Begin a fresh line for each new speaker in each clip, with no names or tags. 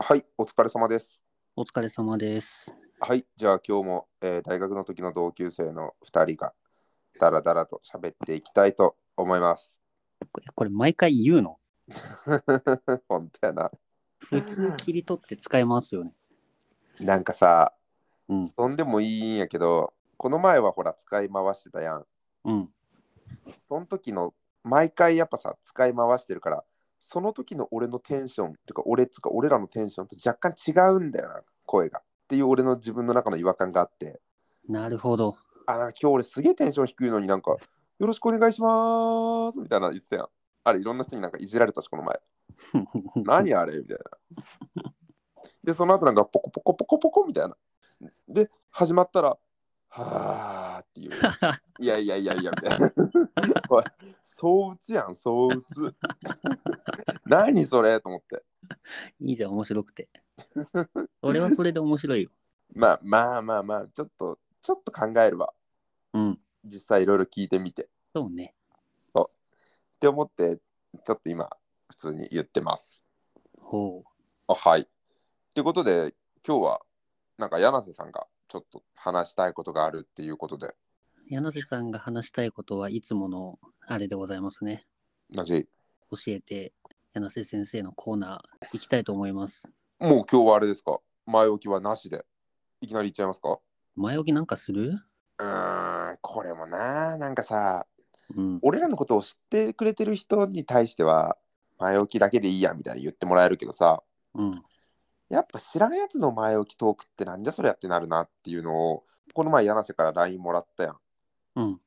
疲れ様です。
お疲れ様です。
はい、じゃあ今日も、えー大学の時の同級生の2人がダラダラと喋っていきたいと思います。
これこれ毎回言うの
本当やな。
普通切り取って使いますよね。
なんかさ、
うん
そんでもいいんやけど、この前はほら使い回してたやん。
うん。
その時の毎回やっぱさ使い回してるから、その時の俺のテンションとか俺つか俺らのテンションと若干違うんだよな声が。っていう俺の自分の中の違和感があって。
なるほど。
あ、なんか今日俺すげえテンション低いのになんか、よろしくお願いしますみたいなの言ってたやん。あれ、いろんな人になんかいじられたし、この前。何あれみたいな。で、その後なんかポコポコポコポコみたいな。で、始まったら、はーっていう。いやいやいやいや、みたいな。 おい、そう打つやん、そう打つ。 何それと思って。
いいじゃん、面白くて。俺はそれで面白いよ。
まあまあまあまあ、ちょっと、ちょっと考えるわ。
うん。
実際いろいろ聞いてみて。
そうね。
って思ってちょっと今普通に言ってます。
ほ
あはい。ということで今日はなんか柳瀬さんがちょっと話したいことがあるっていうことで
う。柳瀬さんが話したいことはいつものあれでございますね。
なじ
教えて、柳瀬先生のコーナー行きたいと思います。
もう今日はあれですか前置きはなしでいきなり言っちゃいますか
前置きなんかする
うーんこれもななんかさ
うん。
俺らのことを知ってくれてる人に対しては前置きだけでいいやみたいに言ってもらえるけどさ
うん。
やっぱ知らんやつの前置きトークってなんじゃそりゃってなるなっていうのをこの前柳瀬から LINE もらったやん。
うん。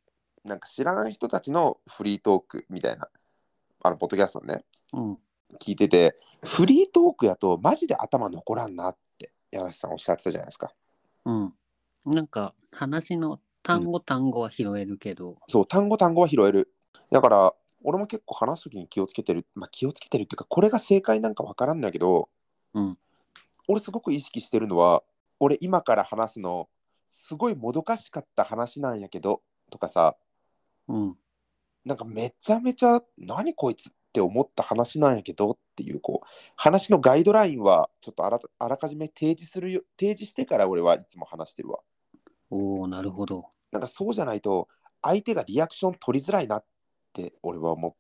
なんか知らん人たちのフリートークみたいな、あの、ポッドキャストのね、
うん。
聞いてて、フリートークやとマジで頭残らんなって、柳瀬さんおっしゃってたじゃないですか。
うん。なんか、話の単語単語は拾えるけど、
そう、単語単語は拾える。だから、俺も結構話すときに気をつけてる、まあ気をつけてるっていうか、これが正解なんかわからんだけど、
うん
俺すごく意識してるのは、俺今から話すの、すごいもどかしかった話なんやけど、とかさ、
うん。
なんかめちゃめちゃ何こいつって思った話なんやけどっていうこう話のガイドラインはちょっとあらあらかじめ提示するよ提示してから俺はいつも話してるわ
おおなるほど。
なんかそうじゃないと相手がリアクション取りづらいなって俺は思っ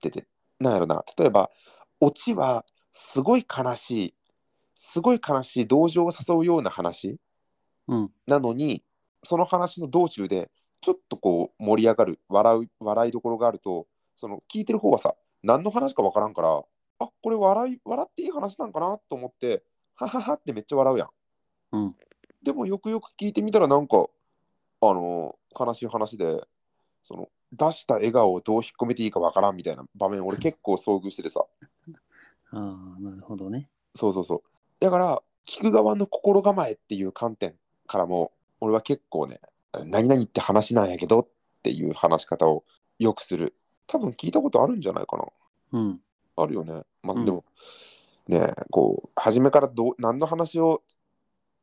ててなんやろな例えばオチはすごい悲しいすごい悲しい同情を誘うような話
うん。
なのにその話の道中でちょっとこう盛り上がる笑う笑いどころがあるとその聞いてる方はさ何の話か分からんからあこれ笑い笑っていい話なんかなと思ってはははってめっちゃ笑うやん、
うん
でもよくよく聞いてみたらなんかあの悲しい話でその出した笑顔をどう引っ込めていいか分からんみたいな場面俺結構遭遇しててさ
ああ、なるほどね。
そうそうそう。だから、聞く側の心構えっていう観点からも、俺は結構ね、何々って話なんやけどっていう話し方をよくする。多分聞いたことあるんじゃないかな。
うん。
あるよね。ま
う
あ
ん
でも、ねえこう、初めからどう何の話を、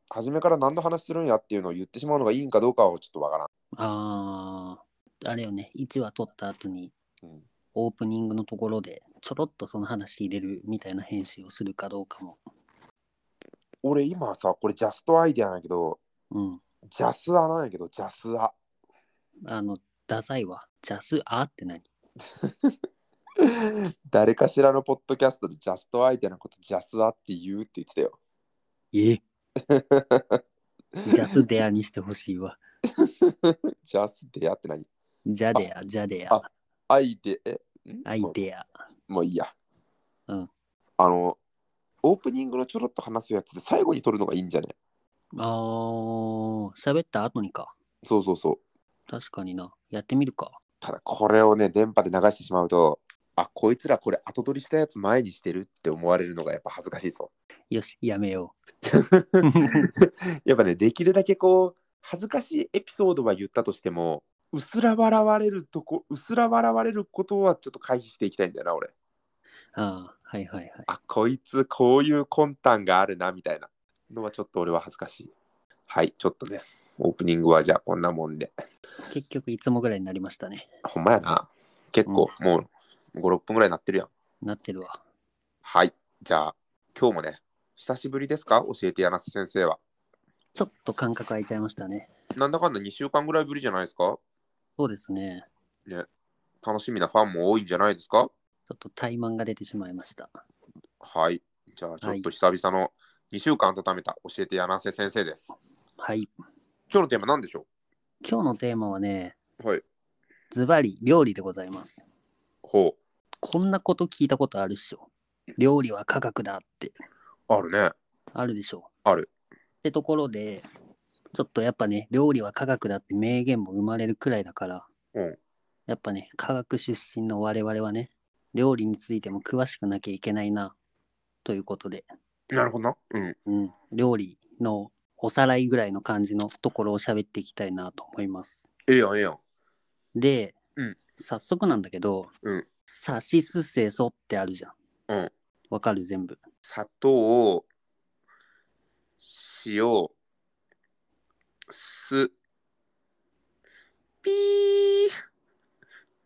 初めから何の話するんやっていうのを言ってしまうのがいいんかどうかはちょっとわからん。
ああ、あれよね。1話取った後に、
うん
オープニングのところで、ちょろっとその話入れるみたいな編集をするかどうかも。
俺今さ、これジャストアイデアなんやけど、
うん。
ジャスアなんやけど、ジャスア。
あの、ダサいわ。ジャスアって何
誰かしらのポッドキャストでジャストアイデアのことジャスアって言うって言ってたよ。
えジャスデアにしてほしいわ。
ジャスデアって何
ジャデア、ジャデア
あ、アイデえん
アイ
も
デア。
うもういいや。
うん。
あの、オープニングのちょろっと話すやつで最後に撮るのがいいんじゃね
ああ、喋った後にか。
そうそうそう。
確かにな。やってみるか。
ただこれをね、電波で流してしまうと、あ、こいつらこれ後取りしたやつ前にしてるって思われるのがやっぱ恥ずかしいぞ。
よし、やめよ
やっぱね、できるだけこう、恥ずかしいエピソードは言ったとしても、うすら笑われるとこ、うすら笑われることはちょっと回避していきたいんだよな、俺。
う。ああ、はいはいはい。
あこいつこういう魂胆があるなみたいなのはちょっと俺は恥ずかしいはいちょっとねオープニングはじゃあこんなもんで
結局、いつもぐらいになりましたね。
ほんまやな結構もう56分ぐらいなってるやん
なってるわ。
はいじゃあ今日もね久しぶりですか教えて柳瀬先生は。
ちょっと間隔空いちゃいましたね。
なんだかんだ2週間ぐらいぶりじゃないですか
そうですね。
楽しみなファンも多いんじゃないですか
ちょっと怠慢が出てしまいました。
はい。じゃあちょっと久々の2週間温めた教えて柳瀬先生です。
はい。
今日のテーマ何でしょ
今日のテーマはね、
うはい。
ズバリ料理でございます。
ほ
こんなこと聞いたことあるっしょ。料理は科学だって
う。あるね。
あるでしょ。
ある。
ってところで、ちょっとやっぱね、料理は科学だって名言も生まれるくらいだから、
うん
やっぱね、科学出身の我々はね、料理についても詳しくなきゃいけないな、ということで、
なるほどな。うん。
うん、料理のおさらいぐらいの感じのところを喋っていきたいなと思います。
ええやん、ええやん。
で、
うん
早速なんだけど、
うん
さしすせそってあるじゃん。
うん
わかる全部。
砂糖、塩、酢、ピー。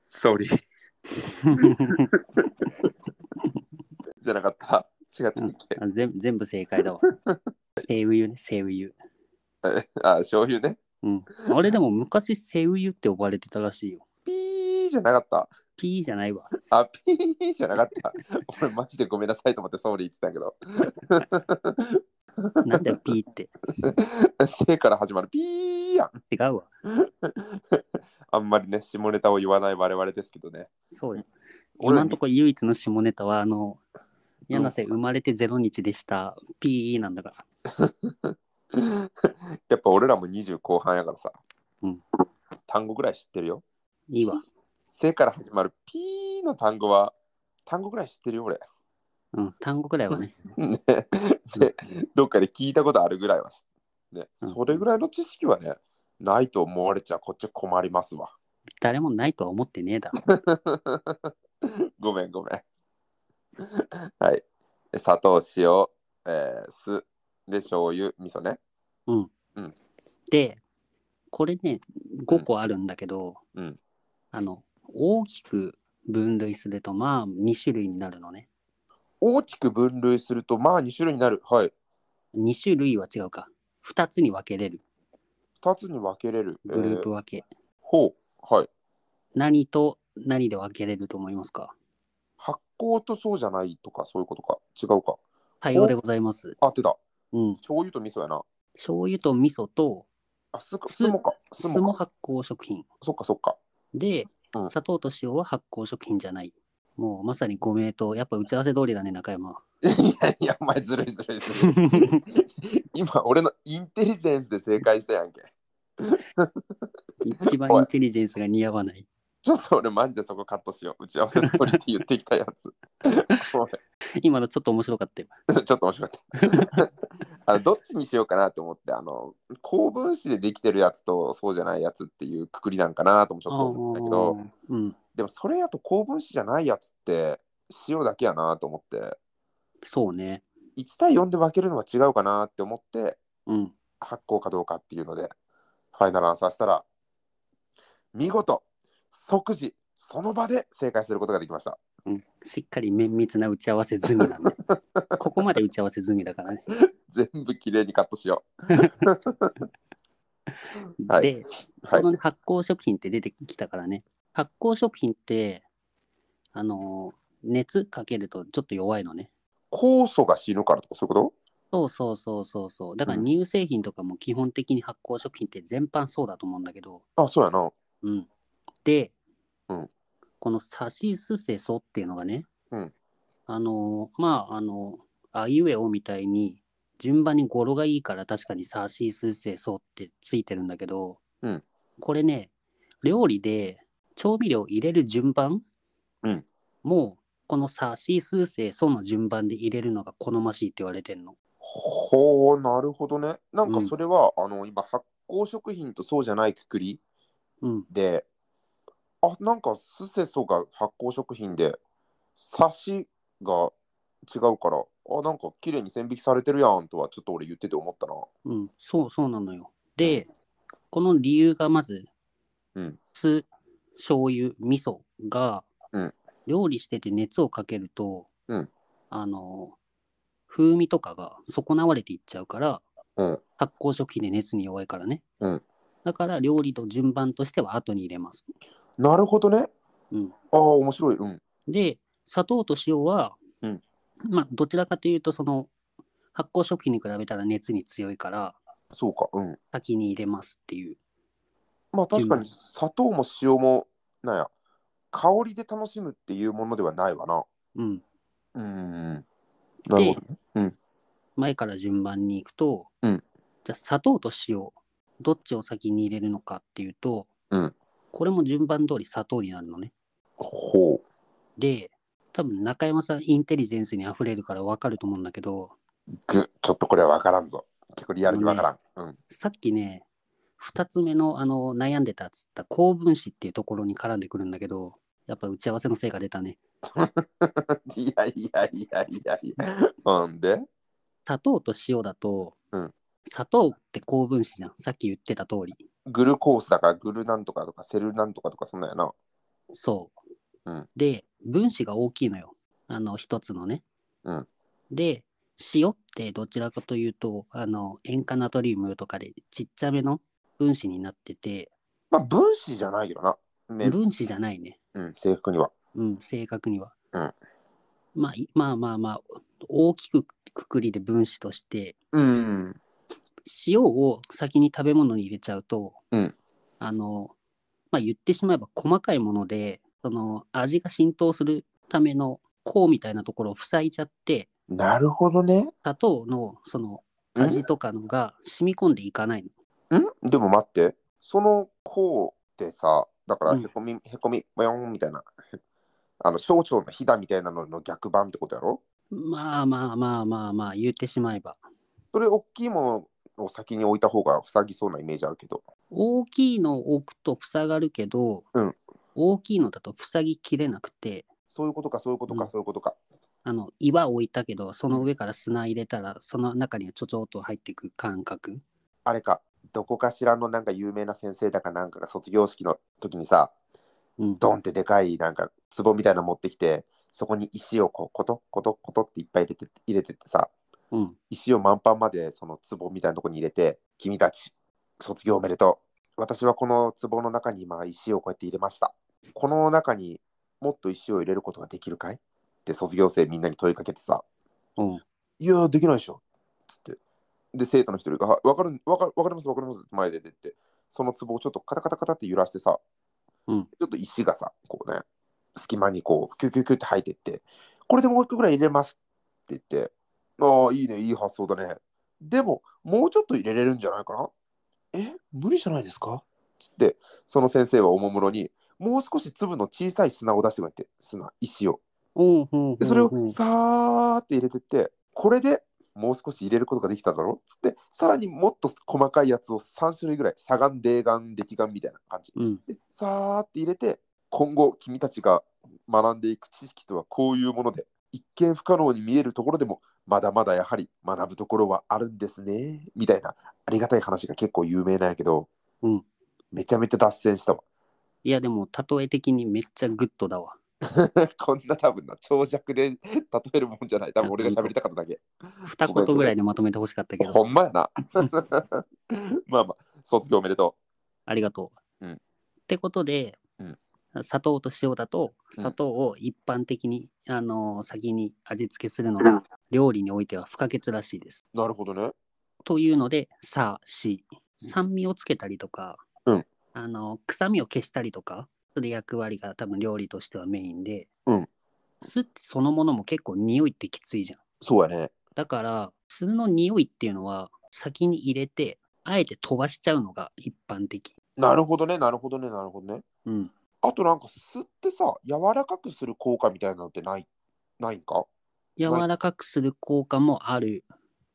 ソーリー。じゃなかった。違ったっけ。
あ全全部正解だわ。 セイウユね、セイウユ。
あ、醤油ね。
うん。あれでも昔セイウユって呼ばれてたらしいよ。
ピーじゃなかった。
ピーじゃないわ。
あ、ピーじゃなかった。俺マジでごめんなさいと思ってソーリー言って たけど。
なんだ よ、ピーって。
せから始まるピーやん。
違うわ。
あんまりね、下ネタを言わない我々ですけどね。
そうよ。
俺
今んとこ唯一の下ネタは、あの、柳瀬生まれて0日でした。ピーなんだから。
やっぱ俺らも20後半やからさ。
うん
単語ぐらい知ってるよ。
いいわ。
せから始まるピーの単語は単語ぐらい知ってるよ俺。
うん。単語くらいはね。
ね、でどっかで聞いたことあるぐらいは知ね、
うん
それぐらいの知識はね、ないと思われちゃこっちは困りますわ。
誰もないとは思ってねえだろ。
ごめんごめん。はい。え砂糖、塩、えー酢、で、醤油、味噌ね。
で、これね、5個あるんだけど、
うん
あの、大きく分類すると、まあ、2種類になるのね。
大きく分類すると、まあ2種類になる。はい。
2種類は違うか。2つに分けれる。
2つに分けれる。えー
グループ分け。
ほう。はい。
何と何で分けれると思いますか
発酵とそうじゃないとか、そういうことか。違うか。
多様でございます。
あ、出た。
うん。
醤油と味噌やな。
醤油と味噌と
あ、酢か
酢
酢もか。酢
酢
もか
も発酵食品。
そっかそっか。
で、
うん
砂糖と塩は発酵食品じゃない。もうまさにご名答。やっぱ打ち合わせ通りだね、中山。
いやいや、お前ずるいずるいずるい。今、俺のインテリジェンスで正解したやんけ。
一番インテリジェンスが似合わない。
ちょっと俺マジでそこカットしよう。打ち合わせ通りって言ってきたやつ。ご
今のちょっと面白かったよ。
めんちょっと面白かった。 あのどっちにしようかなと思って、あの高分子でできてるやつとそうじゃないやつっていうくくりなんかなともちょっと思ったけど、
あーうん。
でもそれやと高分子じゃないやつって塩だけやなと思って、
そうね。
1対4で分けるのは違うかなって思って、
うん。
発行かどうかっていうので、ファイナルアンサーしたら、見事、即時、その場で正解することができました。
うん、しっかり綿密な打ち合わせ済みな んで。ここまで打ち合わせ済みだからね。
全部きれいにカットしよはい
で、
う。
ちょ
は
う
い
ど、ね、発酵食品って出てきたからね。発酵食品って、あのー熱かけるとちょっと弱いのね。
酵素が死ぬからとかそういうこ
そうそうそうそうそう。だから
うん
乳製品とかも基本的に発酵食品って全般そうだと思うんだけど。
とあ、そうやな。
うん。で、
うん
このサシスセソっていうのがね、
うん
あのーまあ、あのあいうえおみたいに、順番に語呂がいいから確かにサシスセソってついてるんだけど、
うん
これね、料理で調味料入れる順番、
うん
もう、このサシスセソの順番で入れるのが好ましいって言われてんの。
ほう、なるほどね。なんか
うん
それは、あの、今、発酵食品とそうじゃないくくり
うん。
で、あ、なんかスセソが発酵食品で、サシが違うから、あ、なんか綺麗に線引きされてるやんとは、ちょっと俺言ってて思ったな。
うん、そうそうなのよ。で、この理由がまず、
うん
酢、醤油、味噌が、
うん
料理してて熱をかけると、
うん
あの、風味とかが損なわれていっちゃうから、
うん
発酵食品で熱に弱いからね、
うん
だから料理と順番としては後に入れます
なるほどね。
うん
ああ、面白い。うん。
で砂糖と塩は、
うん
まあどちらかというとその発酵食品に比べたら熱に強いから
そうか。うん。
先に入れますっていう
まあ確かに砂糖も塩も、なんや、香りで楽しむっていうものではないわな。
うん
うん。なるほど。
前から順番に行くと、
うん
じゃあ砂糖と塩どっちを先に入れるのかっていうと、
うん
これも順番通り砂糖になるのね
ほう。
で多分中山さんインテリジェンスにあふれるから分かると思うんだけど
ぐちょっとこれは分からんぞ。結構リアルに分からん。うん。
さっきね2つ目のあの悩んでたっつった高分子っていうところに絡んでくるんだけどやっぱ打ち合わせの成果出たね
いやいやいやいやいや。うんで
砂糖と塩だと、
うん
砂糖って高分子じゃんさっき言ってた通り
グルコースだからグルなんとかとかセルなんとかとかそんなんやな。
そう。
うん
で、分子が大きいのよ。あの、一つのね。
うん
で、塩ってどちらかというと、あの、塩化ナトリウムとかでちっちゃめの分子になってて、
まあ分子じゃないけどな。ね、
分子じゃないね。
うん、正確には。
うん、正確には。
うん
まあ、いまあまあまあ、大きくくくりで分子として、
うん。
塩を先に食べ物に入れちゃうと、
うん
あの、まあ言ってしまえば細かいもので、その味が浸透するための孔みたいなところを塞いちゃって、
なるほどね。
砂糖のその
うん
味とかのが染み込んでいかないの。
んでも待って。そのこうってさ、だから
うん
へこみ、へこみ、ぼよんみたいな。 あの、小腸のひだみたいなのの逆版ってことやろ
まあまあまあまあまあ言ってしまえば。
それ大きいものを先に置いた方が塞ぎそうなイメージあるけど。
大きいのを置くと塞がるけど、
うん
大きいのだと塞ぎきれなくて、
そういうことか、そういうこと
う
か、
ん
そういうことか。
あの岩を置いたけど、その上から砂入れたら、その中にはちょちょっと入っていく感覚。
あれか、どこかしらのなんか有名な先生だかなんかが卒業式の時にさ、
うん、
ドンってでかいなんか壺みたいなの持ってきて、そこに石をこうコトコトコトっていっぱい入れて入れてってさ、
うん、
石を満帆までその壺みたいなとこに入れて、君たち、卒業おめでとう。私はこの壺の中に今石をこうやって入れました。この中にもっと石を入れることができるかいって卒業生みんなに問いかけてさ、
うん。
いや、できないでしょ。つって。で、生徒の一人が、はいわかる、わかわかります、わかります。前で出てって、その壺をちょっとカタカタカタって揺らしてさ、
うん
ちょっと石がさ、こうね、隙間にこう、キュキュキュって入ってって、これでもう一個ぐらい入れますって言って、ああ、いいね、いい発想だね。でも、もうちょっと入れれるんじゃないかなえ、無理じゃないですかつって、その先生はおもむろに、もう少し粒の小さい砂を出してくれって、砂、石を。
うんうんうん
でそれ
うん
をさーって入れてってこれでもう少し入れることができただろつってさらにもっと細かいやつを3種類ぐらい砂岩泥岩力岩みたいな感じ
うん、
でさーって入れて今後君たちが学んでいく知識とはこういうもので一見不可能に見えるところでもまだまだやはり学ぶところはあるんですねみたいなありがたい話が結構有名なんやけど、
うん
めちゃめちゃ脱線したわ
いやでも例え的にめっちゃグッドだわ。
こんな多分な長尺で例えるもんじゃない多分俺が喋りたかっただけ
二言ぐらいでまとめてほしかったけ
ほ
ど、
んまやな。 まあまあ、卒業おめでと
ありがとう。
うん
ってことで、
うん
砂糖と塩だと
うん
砂糖を一般的に、あのー先に味付けするのが料理においては不可欠らしいです。
う。なるほどね。
というのでさあし酸味をつけたりとか、
うん
あのー臭みを消したりとかする役割が多分料理としてはメインで、
うん
酢ってそのものも結構匂いってきついじゃん。
そうやね。
だから酢の匂いっていうのは先に入れてあえて飛ばしちゃうのが一般的。
なるほどね、なるほどね、なるほどね。
うん、
あとなんか酢ってさ、柔らかくする効果みたいなのってない、ないんか
柔らかくする効果もある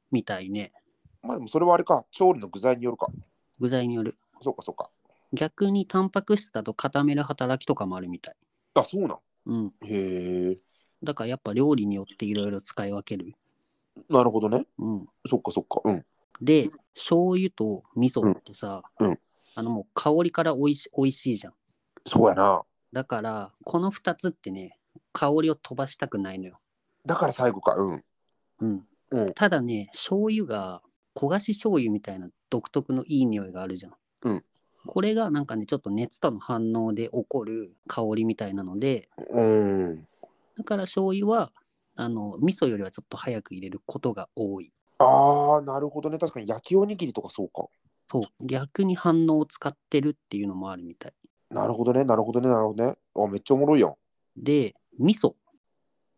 みたいね。
まあでもそれはあれか、調理の具材によるか。
具材による。
そうかそうか。
逆にタンパク質だと固める働きとかもあるみたい。
あ、そうなん。
うん。
へえ。
だからやっぱ料理によっていろいろ使い分ける。
なるほどね。
うん。
そっかそっか。うん。
で、醤油と味噌ってさ、
うんうん
あのもう香りからおいし美味しいじゃん。
そうやな。
だから、この2つってね、香りを飛ばしたくないのよ。
だから最後か。うん。
うん。
うん
ただね、醤油が焦がし醤油みたいな独特のいい匂いがあるじゃん。
うん
これがなんかね、ちょっと熱との反応で起こる香りみたいなので、
うん。
だから醤油は、あの、味噌よりはちょっと早く入れることが多い。
ああ、なるほどね。確かに焼きおにぎりとかそうか。
そう、逆に反応を使ってるっていうのもあるみたい。
なるほどね、なるほどね、なるほどね。あ、めっちゃおもろいやん。
で、味噌。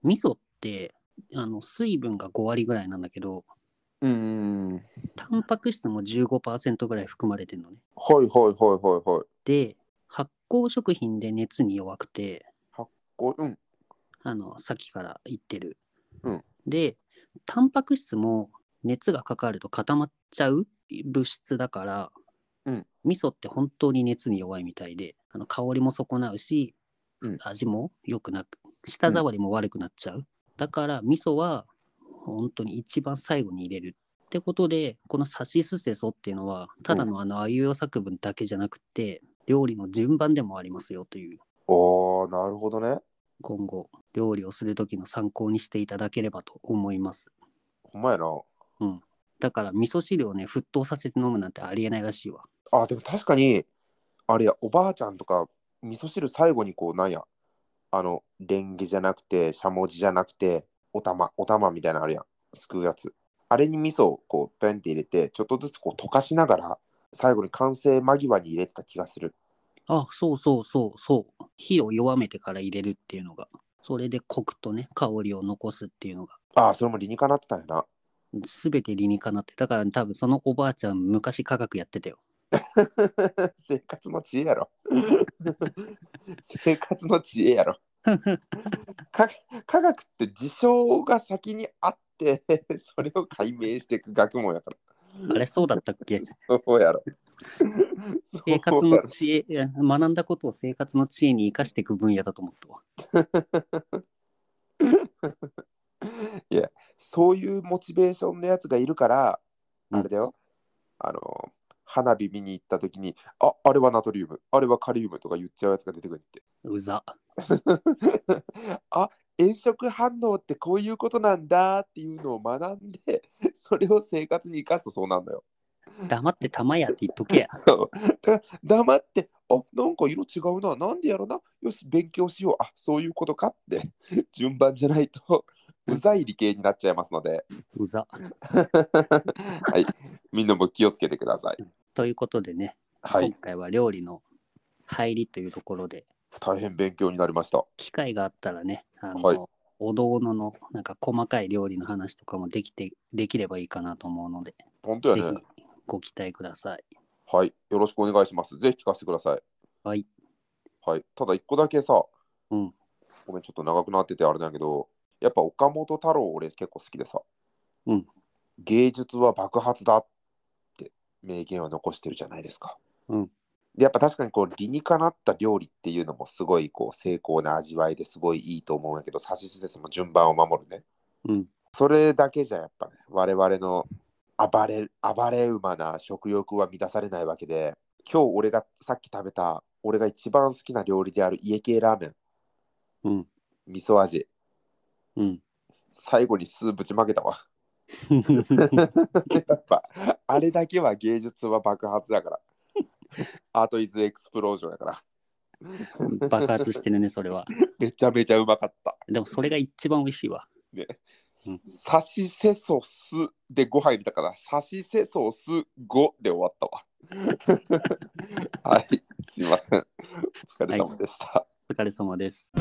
味噌って、あの、水分が5割ぐらいなんだけど、
うん。はい
タンパク質も15%ぐらい含まれてるのね。
はいはいはいはい。
で発酵食品で熱に弱くて
こう、うん。
あのさっきから言ってる、
うん
でタンパク質も熱がかかると固まっちゃう物質だから、
うん
味噌って本当に熱に弱いみたいであの香りも損なうし、
うん
味も良くなく舌触りも悪くなっちゃう、だから味噌は本当に一番最後に入れるってことでこのサシスセソっていうのはただのあのあいうえお作文だけじゃなくて、料理の順番でもありますよという
ああ、なるほどね。
今後料理をする時の参考にしていただければと思います
ほんまやな。
だから味噌汁をね沸騰させて飲むなんてありえないらしいわ
あ、でも確かに、あれや、おばあちゃんとか、味噌汁最後にこう、なんや、あの、レンゲじゃなくて、しゃもじじゃなくて、おたま、おたまみたいなのあるやん。すくうやつ。あれに味噌をこう、ペンって入れて、ちょっとずつこう、溶かしながら、最後に完成間際に入れてた気がする。
あそうそうそうそう火を弱めてから入れるっていうのがそれでコクとね香りを残すっていうのが
ああ、それも理にかなってたんやな。
全て理にかなってだから、多分そのおばあちゃん昔科学やってたよ
生活の知恵やろ 生活の知恵や ろか科学って事象が先にあって それを解明していく学問やから
あれそうだったっけ
そうやろ
生活
そうや
の
ろ
知恵いや学んだことを生活の知恵に生かしていく分野だと思ったわ
いやそういうモチベーションのやつがいるから
うん
あれだよ、あの花火見に行った時にああれはナトリウムあれはカリウムとか言っちゃうやつが出てくるって
うざ
あ炎色反応ってこういうことなんだっていうのを学んでそれを生活に生かすとそうなんだよ。
黙って玉やって言っとけや
そうだから黙って「あなんか色違うななんでやろなよし勉強しようあそういうことか」って順番じゃないとうざい理系になっちゃいますので、
うざ
はい、みんなも気をつけてください。
ということでね
はい
今、回は料理の入りというところで
大変勉強になりました。
機会があったらねあの、
はい
お堂ののなんか細かい料理の話とかもできてできればいいかなと思うので、
本当や
ぜ
ね。
ひご期待ください
はい、よろしくお願いします。ぜひ聞かせてください。
はい
はい、ただ一個だけさ、
うん
ごめん、ちょっと長くなっててあれだけど、やっぱ岡本太郎俺結構好きでさ、
うん
芸術は爆発だって名言は残してるじゃないですか。
うん
で、やっぱ確かにこう理にかなった料理っていうのもすごいこう精巧な味わいですごいいいと思うんやけど、指し説も順番を守るね。
うん
それだけじゃやっぱね、我々の暴れ暴れ馬な食欲は満たされないわけで、今日俺がさっき食べた、俺が一番好きな料理である家系ラーメン、
うん
味噌味、
うん
最後に酢ぶちまけたわ。やっぱ、あれだけは芸術は爆発だから。アートイズエクスプロージョンやから。
爆発してるねそれは
めちゃめちゃうまかった。
でもそれが一番美味しいわ
サシセソスで5杯見たから、サシセソス5で終わったわ。はい、すいません。お疲れ様でした。
お疲れ様です